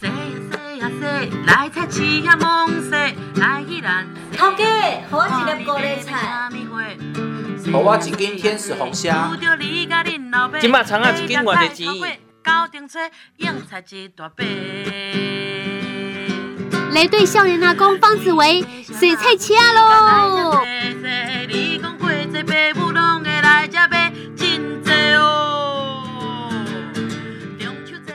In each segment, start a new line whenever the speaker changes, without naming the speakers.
谁呀谁呀谁，来菜市呀梦西，来去咱。
头家，给我
啊
一粒高
啊
丽菜。
给
给我一斤天使红虾
这摆葱仔一斤偌济钱
高顶吹，硬菜一大杯。
来对少年阿公方子维，洗菜车喽！
你讲过这爸母拢会来这买真多哦。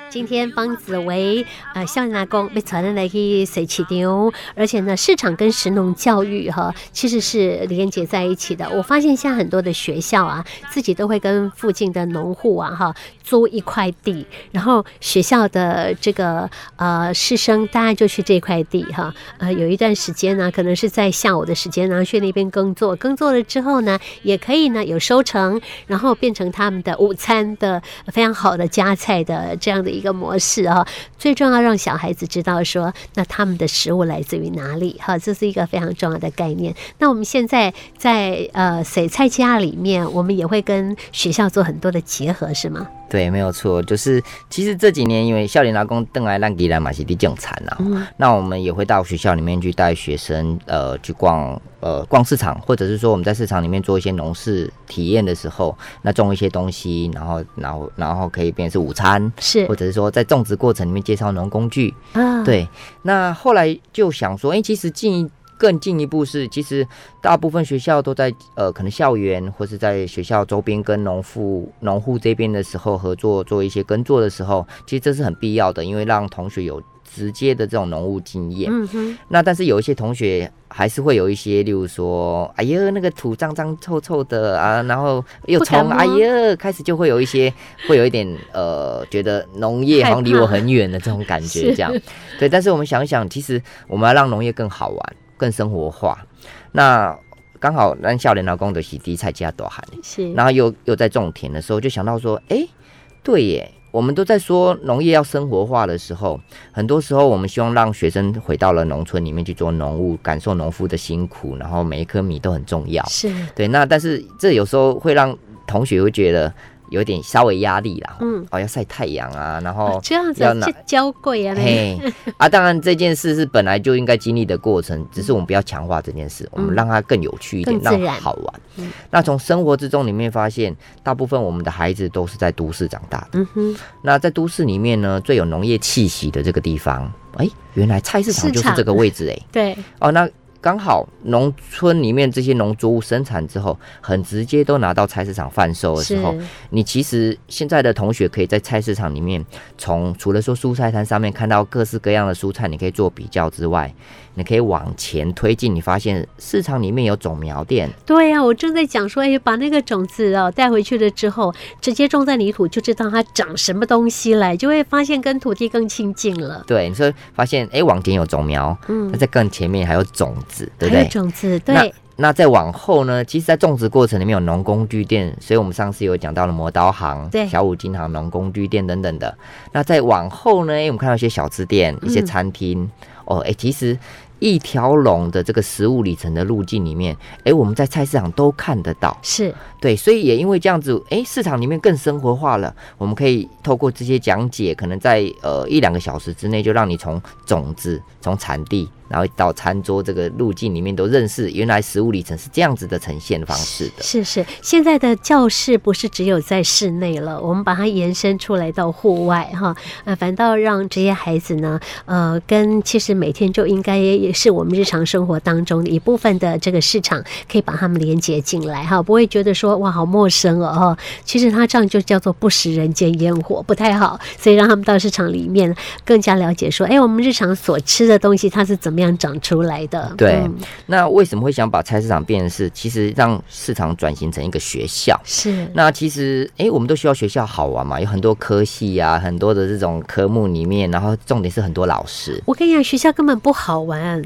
今天方子维呃少年阿公被传了来去水起丢，而且呢，市场跟神农教育哈其实是连结在一起的。我发现现在很多的学校啊，自己都会跟附近的农户啊哈租一块地，然后学校的这个呃师生大家就去这块地哈，呃有一段时间呢，可能是在下午的时间，然后啊去那边耕作，耕作了之后呢，也可以呢有收成，然后变成他们的午餐的呃非常好的家菜的这样的一个模式啊、最重要让小孩子知道说，那他们的食物来自于哪里哈、这是一个非常重要的概念。那我们现在在呃水菜家里面，我们也会跟学校做很多的结合，是吗？
对，没有错，就是其实这几年因为笑脸劳工邓来让吉兰马西地种产啊，那我们也会到学校里面去带学生呃去逛呃逛市场，或者是说我们在市场里面做一些农事体验的时候，那种一些东西，然后然后然后可以变成是午餐，
是
或者是说在种植过程里面介绍农工具，
啊，，
对，那后来就想说，哎、其实进一更进一步是，其实大部分学校都在呃，可能校园或是在学校周边跟农户农户这边的时候合作做一些耕作的时候，其实这是很必要的，因为让同学有直接的这种农务经验。
嗯哼，
那但是有一些同学还是会有一些，例如说，哎呀，那个土脏脏臭臭的啊，然后又
不敢
虫，
摸
哎呀，开始就会有一些，会有一点呃，觉得农业好像离我很远的这种感觉，
是
这样。对，但是我们想一想，其实我们要让农业更好玩、更生活化。那刚好让笑脸老公的洗地菜加多寒。
是，
然后又又在种田的时候，就想到说，哎，对耶，我们都在说农业要生活化的时候，很多时候我们希望让学生回到了农村里面去做农务，感受农夫的辛苦，然后每一颗米都很重要。
是，
对，那但是这有时候会让同学会觉得有点稍微压力啦，
嗯
哦，要晒太阳啊，然后
哦这样子
要拿
这娇贵啊，那
嘿，啊，当然这件事是本来就应该经历的过程，只是我们不要强化这件事，我们让它更有趣一点，
嗯更自
让
然
它好玩
嗯。
那从生活之中里面发现，大部分我们的孩子都是在都市长大的。
嗯哼，
那在都市里面呢，最有农业气息的这个地方，哎、原来菜市场
市
就是
场
这个位置哎、
对，
哦，那刚好农村里面这些农作物生产之后，很直接都拿到菜市场贩售的时
是，
候，你其实现在的同学可以在菜市场里面，从除了说蔬菜摊上面看到各式各样的蔬菜，你可以做比较之外，你可以往前推进，你发现市场里面有种苗店，
对啊呀、我正在讲说，哎，把那个种子哦带回去了之后，直接种在泥土，就知道它长什么东西来，就会发现跟土地更亲近了。
对，你说发现哎往前有种苗，
嗯
那，在更前面还有种子，对不
还有
对？
种子，
那
对，
那再往后呢？其实，在种植过程里面有农工具店，所以我们上次有讲到了磨刀行、
对
小五金行、农工具店等等的。那再往后呢？我们看到一些小吃店、一些
嗯
餐厅。哦，哎、其实一条龙的这个食物里程的路径里面，哎、我们在菜市场都看得到。
是
对，所以也因为这样子，哎，市场里面更生活化了。我们可以透过这些讲解，可能在呃一两个小时之内，就让你从种子、从产地，然后到餐桌这个路径里面都认识，原来食物里程是这样子的呈现方式的。
是是，现在的教室不是只有在室内了，我们把它延伸出来到户外哈，呃，反倒让这些孩子呢，呃，跟其实每天就应该也是我们日常生活当中的一部分的这个市场，可以把他们连接进来哈，不会觉得说哇好陌生哦哈，其实它这样就叫做不食人间烟火，不太好，所以让他们到市场里面更加了解说，哎，我们日常所吃的东西它是怎么样长出来的，
对
嗯
那为什么会想把菜市场变成是，其实让市场转型成一个学校？
是
那其实，诶，我们都需要学校好玩嘛，有很多科系啊，很多的这种科目里面，然后重点是很多老师。
我跟你讲，学校根本不好 玩。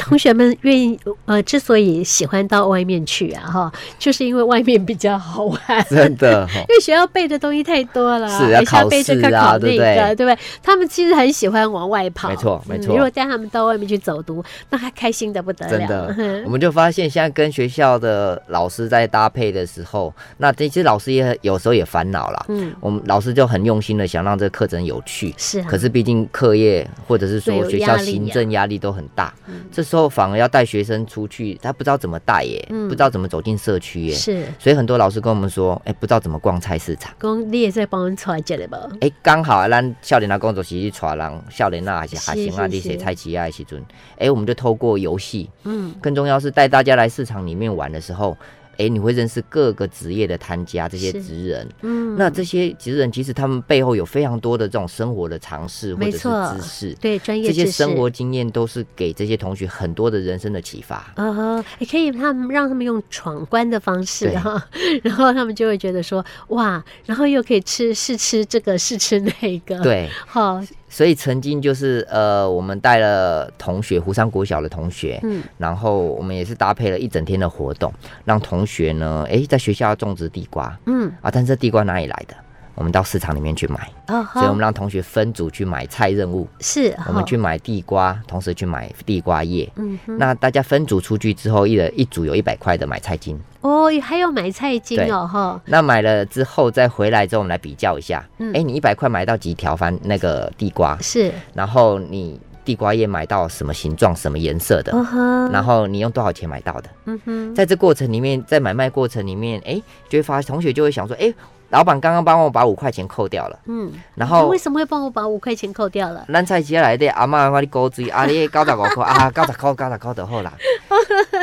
同学们愿意呃，之所以喜欢到外面去啊，哈，就是因为外面比较好玩。
真的、哦，
因为学校背的东西太多了，
是要
还要背
考
这
试
个
啊
考那
对不
个，
对
对不对？他们其实很喜欢往外跑，
没错没
嗯
错
如果带他们到外面去走读，那他开心的不得了。
真的，我们就发现现在跟学校的老师在搭配的时候，那这些老师也很有时候也烦恼啦。
嗯，
我们老师就很用心的想让这个课程有趣，
是啊
可是毕竟课业或者是说
对
学
有
校
压力嗯啊
行政压力都很大，这时候反而要带学生出去，他不知道怎么带耶，
嗯
不知道怎么走进社区耶，
是，
所以很多老师跟我们说，哎、不知道怎么逛菜市场。
讲你也在帮阮带一个吧？
哎，刚好啊，咱少年啊工作是去带人，少年啊还是学生啊，
是
你
是
写
是
菜市啊的时阵，哎，我们就透过游戏，
嗯，
更重要是带大家来市场里面玩的时候，哎，你会认识各个职业的摊家这些
是
职人。
嗯，
那这些职人其实他们背后有非常多的这种生活的常识或
没
者是
错
知识，
对专业
这些
知识
生活经验都是给这些同学很多的人生的启发。
啊、也可以他们让他们用闯关的方式
对
哈， 然后他们就会觉得说哇，然后又可以吃试吃这个试吃那个，，
对，
好，
所以曾经就是呃，我们带了同学，湖山国小的同学，
嗯，
然后我们也是搭配了一整天的活动，让同学呢，诶，在学校种植地瓜
嗯，
啊，但是地瓜哪里来的？我们到市场里面去买，
哦
所以我们
好，
让同学分组去买菜任务，
是，
我们
好
去，买地瓜，同时去买地瓜叶。
嗯哼，
那大家分组出去之后，一人一组有一百块的买菜金。
哦，还有买菜金
对
哦，哈，
那买了之后再回来之后，我们来比较一下。哎、
嗯
你一百块买到几条番那个地瓜？
是，
然后你地瓜叶买到什么形状、什么颜色的，
哦呵，
然后你用多少钱买到的，
嗯哼，
在这过程里面，在买卖过程里面，哎，就会发同学就会想说，哎，老板刚刚帮我把五块钱扣掉了，
嗯，
然后
为。什么会帮我把五块钱扣掉了？
咱菜市来的阿妈，我你勾嘴，啊，你九十五块， 啊，九十块，九十块 就好啦。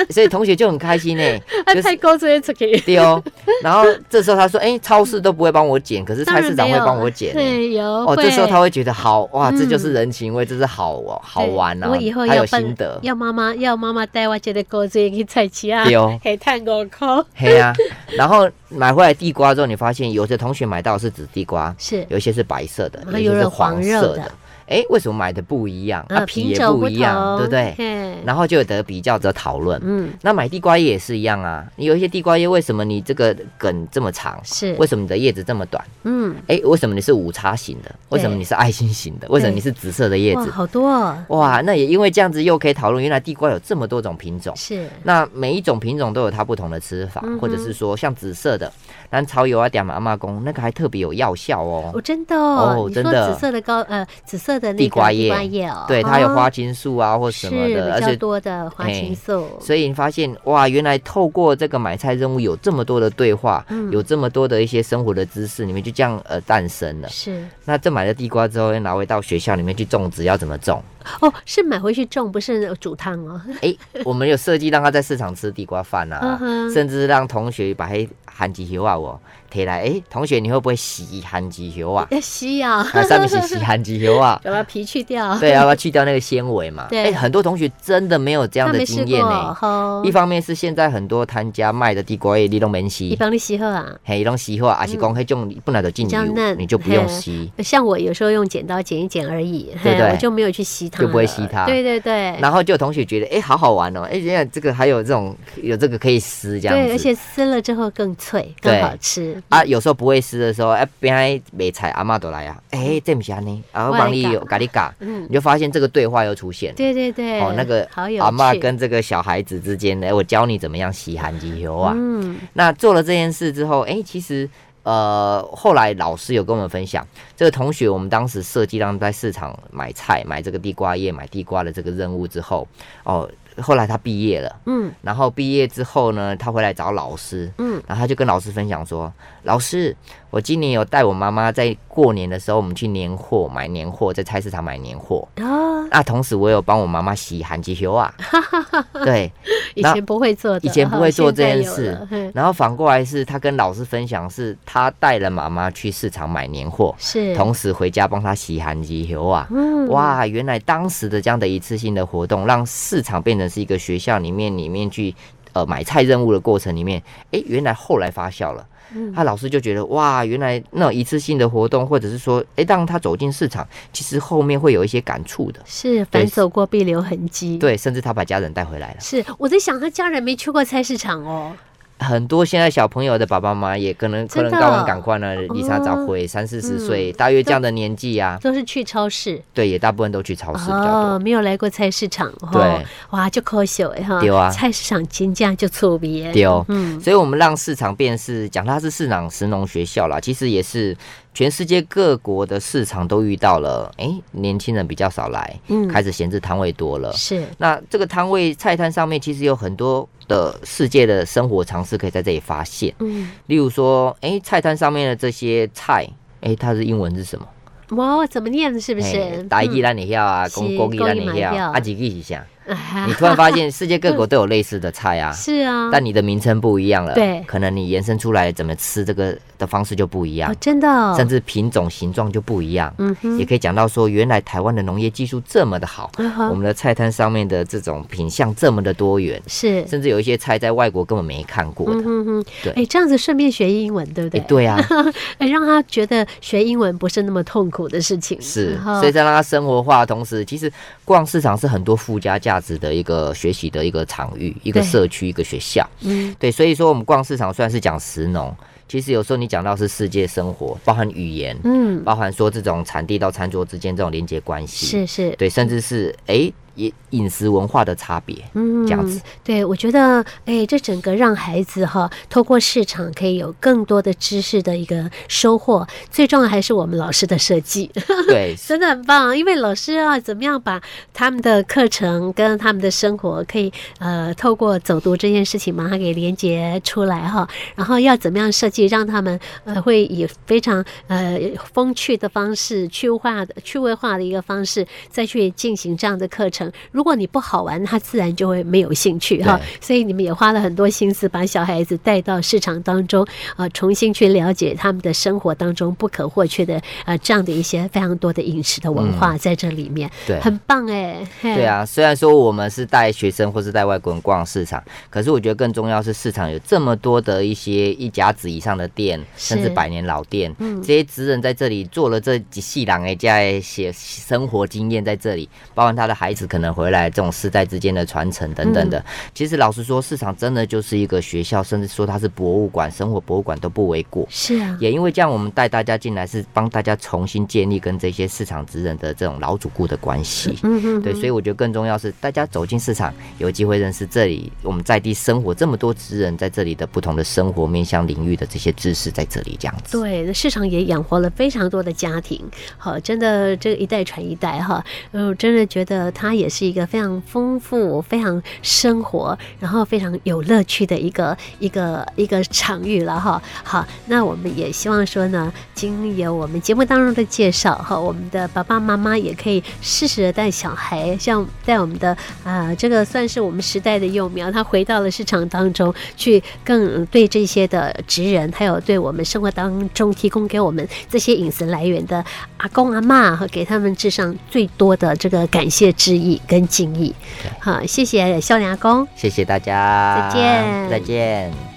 所以同学就很开心呢、
啊
就，是
太高这些出去，
对哦。然后这时候他说，哎、超市都不会帮我减，可是菜市场会帮我
啊
减、欸。
对，有，
哦，这时候他会觉得好哇，
嗯
这就是人情味，这是好哦，好玩啊，
我以后
他
要
有
帮
心得，
要妈妈要妈妈带我这个高这去菜市啊，
对哦
还探五块，
嘿啊。然后买回来地瓜之后，你发现有的同学买到的是紫地瓜，
是
有一些是白色的，
然后哦有
有一些是
人黄
黄色
肉
的
的。
哎，为什么买的不一样？啊，
呃
皮
品
也
种
不一样，
同
对不对？
嘿
然后就有得比较，得讨论。
嗯，
那买地瓜叶也是一样啊，你有一些地瓜叶，为什么你这个梗这么长？
是
为什么你的叶子这么短？
嗯，
哎，为什么你是五叉型的？为什么你是爱心型的？为什么你是紫色的叶
哇，
子？
好多哦，
哇，那也因为这样子又可以讨论，原来地瓜有这么多种品种。
是，
那每一种品种都有它不同的吃法，
嗯哼
或者是说像紫色的，咱草油啊、点嘛阿妈公那个还特别有药效哦。
哦，真的哦
哦，
你
真
说
的
紫色的高呃，紫色的那个
地瓜
地
叶，
瓜叶哦，
对，它有
哦
花青素啊或
是
什么的，
比
而
较
且
多的花青
嘿
素，
所以你发现哇，原来透过这个买菜任务有这么多的对话，
嗯
有这么多的一些生活的知识，你们就这样呃诞生了。
是
那这买了地瓜之后，要拿回到学校里面去种植，要怎么种？
哦，是买回去种，不是煮汤哦，
哎、我们有设计让他在市场吃地瓜饭
嗯
啊，
哼？
甚至让同学把黑韩吉球啊我提来，哎、同学你会不会洗韩吉球啊
要 吸啊，？
啊，上面洗洗韩吉球啊
把皮去掉，
对，要不要去掉那个纤维嘛？
对
哎、很多同学真的没有这样
他
的
没
经
试
验
过
呢、
哦，
一方面是现在很多摊家卖的地瓜叶，你都免洗
一，般的洗后啊。
嘿，拢洗好，还是讲迄种本来就进
比较
油，
嫩
你就不用
嘿
洗。
像我有时候用剪刀剪一剪而已，嘿
对不对
我就没有去吸它了，
就不会吸它
对对对，
然后就有同学觉得，哎、好好玩哦，哎、原来这个还有这种有这个可以撕这样子。
对，而且撕了之后更脆，
对
更好吃。
啊，有时候不会撕的时候，哎、边边买菜阿嬷都来啊，哎、这不是安尼，啊，我帮
嗯
你
我来
有
搞
咖喱嘎，
嗯
你就发现这个对话又出现。
对对对，
哦，那个
好有
阿嬷
趣
跟这个小孩子之间，哎，我教你怎么样洗韩吉油啊。
嗯
那做了这件事之后，哎、其实呃，后来老师有跟我们分享，这个同学我们当时设计让他在市场买菜、买这个地瓜叶、买地瓜的这个任务之后，哦，后来他毕业了。
嗯
然后毕业之后呢，他回来找老师，
嗯，
然后他就跟老师分享说：“老师，我今年有带我妈妈在过年的时候，我们去年货买年货，在菜市场买年货。
哦，
那同时我有帮我妈妈洗韩吉修啊，对，
以
那
前不会做的，
以前不会做这
现
件
在有
事
了嘿，
然后反过来是他跟老师分享，是他带了妈妈去市场买年货，
是
同时回家帮他洗韩吉油啊。
嗯
哇，原来当时的这样的一次性的活动，让市场变成是一个学校里面里面去呃买菜任务的过程里面，诶，原来后来发酵了。
嗯
他老师就觉得哇，原来那种一次性的活动，或者是说，诶，让他走进市场，其实后面会有一些感触的。
是反走过必留痕迹。，
对，甚至他把家人带回来了。
是我在想他家人没去过菜市场哦，
很多现在小朋友的爸爸妈妈也可能可
真的
能高温感快呢，离他早
哦
回三四十
嗯
岁，大约这样的年纪啊，
都是去超市
对，也大部分都去超市比较多。
哦，没有来过菜市场哦。
对，
哇，就可惜哎哈。
对啊
菜市场金价就错别。
对哦，
嗯
所以我们让市场变是讲它是市场神农学校啦，其实也是全世界各国的市场都遇到了，哎，年轻人比较少来，
嗯
开始闲置摊位多了。
是
那这个摊位菜摊上面其实有很多的世界的生活常识可以在这里发现，
嗯，
例如说，哎，菜摊上面的这些菜，哎，它的英文是什么？
哇，怎么念是不是
嘿？台语咱也晓啊，
是
公公语咱
国语嘛
也晓
会，晓
啊，几语是啥？
嗯啊
你突然 发现世界各国都有类似的菜啊，
是啊，
但你的名称不一样了，
对
可能你延伸出来怎么吃这个的方式就不一样
哦，，真的哦，
甚至品种、形状就不一样。
嗯哼
也可以讲到说，原来台湾的农业技术这么的好，
嗯
我
哼，
们的菜摊上面的这种品相这么的多元，
是，
甚至有一些菜在外国根本没看过
嗯
的。
哼哼，
对
哎，这样子顺便学英文，对不
诶
对？
对 啊，
哎，让他觉得学英文不是那么痛苦的事情。
是
然，后
所以在让它生活化的同时，其实逛市场是很多附加价值的一个学习的一个场域、一个
对
社区、一个学校。
嗯，
对，所以说我们逛市场虽然是讲食农，其实有时候你讲到是世界生活，包含语言，
嗯，
包含说这种产地到餐桌之间这种连接关系，
是是，
对，甚至是诶饮饮食文化的差别，
嗯，
这样子。
对，我觉得，哎，这整个让孩子哈，透过市场可以有更多的知识的一个收获。最重要还是我们老师的设计，
对，
真的很棒。因为老师啊，怎么样把他们的课程跟他们的生活可以呃，透过走读这件事情把它给连接出来哈。然后要怎么样设计，让他们呃会以非常呃风趣的方式、趣化的趣味化的一个方式再去进行这样的课程。如果你不好玩，他自然就会没有兴趣哈。所以你们也花了很多心思，把小孩子带到市场当中，呃，重新去了解他们的生活当中不可或缺的呃这样的一些非常多的饮食的文化在这里面，
对
很棒哎、嘿
对，啊，虽然说我们是带学生或是带外国人逛市场，可是我觉得更重要是市场有这么多的一些一甲子以上的店，
是嗯
甚至百年老店，这些职人在这里做了这几细郎哎加写生活经验在这里，包含他的孩子可能回来这种世代之间的传承等等
嗯
的。其实老实说，市场真的就是一个学校，甚至说它是博物馆、生活博物馆都不为过。
是啊，
也因为这样，我们带大家进来是帮大家重新建立跟这些市场职人的这种老主顾的关系。
嗯哼
对，所以我觉得更重要是大家走进市场，有机会认识这里我们在地生活这么多职人在这里的不同的生活面向领域的这些知识在这里这样子。
对，那市场也养活了非常多的家庭，好，真的这一代传一代哈，嗯，我真的觉得它也是一个非常丰富、非常生活，然后非常有乐趣的一个一个一个场域了哈。好，那我们也希望说呢，经由我们节目当中的介绍哈，我们的爸爸妈妈也可以适时的带小孩，像带我们的啊、这个算是我们时代的幼苗，他回到了市场当中去，更对这些的职人，还有对我们生活当中提供给我们这些饮食来源的阿公阿妈，和给他们致上最多的这个感谢之意跟敬意。好，谢谢笑脸阿公。
谢谢大家，
再见
再见。